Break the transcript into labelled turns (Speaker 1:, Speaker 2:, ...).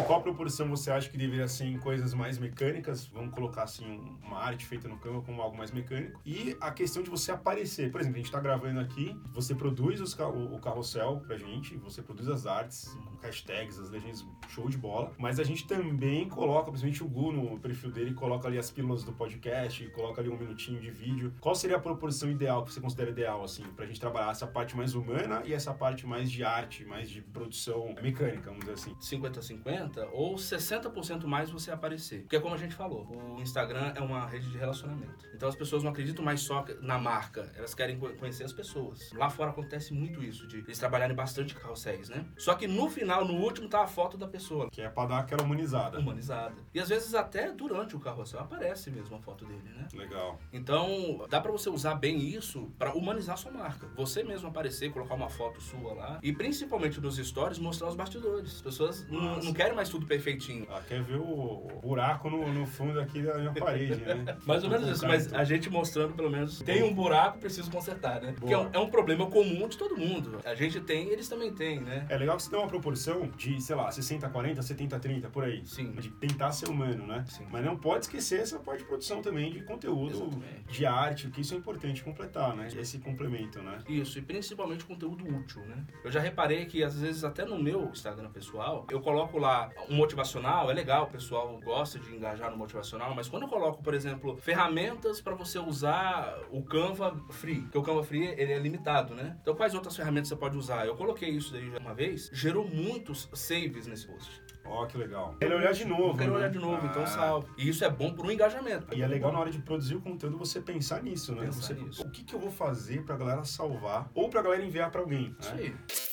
Speaker 1: qual proporção você acha que deveria ser em coisas mais mecânicas? Vamos colocar assim um- uma arte feita no Canva como algo mais mecânico. E a questão de você aparecer. Por exemplo, a gente está gravando aqui, você produz os ca- o o carrossel pra gente, você produz as artes, assim, hashtags, as legendas, show de bola. Mas a gente também coloca, principalmente o Gu no perfil dele, coloca ali as pílulas do podcast, coloca ali um minutinho de vídeo. Qual seria a proporção ideal que você considera ideal, assim, pra gente trabalhar essa parte mais humana e essa parte mais de arte, mais de produção mecânica, vamos dizer assim?
Speaker 2: 50-50 ou 60% mais você aparecer. Porque é como a gente falou, o Instagram é uma rede de relacionamento. Então as pessoas não acreditam mais só na marca, elas querem co- conhecer as pessoas. Lá fora acontece muito isso, de eles trabalharem bastante carrosséis, né? Só que no final, no último, tá a foto da pessoa.
Speaker 1: Que é pra dar aquela humanizada.
Speaker 2: Humanizada. E às vezes até durante o carrossel aparece mesmo a foto dele, né?
Speaker 1: Legal.
Speaker 2: Então, dá pra você usar bem isso pra humanizar sua marca. Você mesmo aparecer, colocar uma foto sua lá e principalmente nos stories mostrar os bastidores. As pessoas não,
Speaker 1: Nossa.
Speaker 2: não querem mais tudo perfeitinho.
Speaker 1: Ela Ah, quer ver o o buraco no, no fundo aqui da minha parede, né?
Speaker 2: Mais ou menos
Speaker 1: Com
Speaker 2: isso,
Speaker 1: canto.
Speaker 2: mas a gente mostrando pelo menos tem um buraco, preciso consertar, né? Porque é um, é um problema comum de todo mundo. A gente tem, eles também têm, né?
Speaker 1: É legal que você tem uma proporção de, sei lá, 60, 40, 70, 30, por aí.
Speaker 2: Sim.
Speaker 1: De tentar ser humano, né?
Speaker 2: Sim.
Speaker 1: Mas não pode esquecer essa parte de produção também, de conteúdo,
Speaker 2: Exatamente.
Speaker 1: de arte, que isso é importante completar, né? Esse complemento, né?
Speaker 2: Isso, e principalmente conteúdo útil, né? Eu já reparei que às vezes até no meu Instagram pessoal, eu coloco lá um motivacional, é legal, o pessoal gosta de engajar no motivacional, mas quando eu coloco, por exemplo, ferramentas pra você usar o Canva Free, porque o Canva Free ele é limitado, né? Então quais outras ferramentas você pode usar? Eu coloquei isso daí já uma vez, gerou muitos saves nesse post.
Speaker 1: Ó, que legal. Quero olhar de novo.
Speaker 2: Eu quero
Speaker 1: né?
Speaker 2: olhar de novo, então
Speaker 1: Ah.
Speaker 2: salvo. E isso é bom pro engajamento.
Speaker 1: E é legal na hora de produzir o conteúdo você pensar nisso, né? Você-
Speaker 2: Pensar nisso.
Speaker 1: O que, que eu vou fazer pra galera salvar ou pra galera enviar pra alguém?
Speaker 2: Isso
Speaker 1: né?
Speaker 2: aí.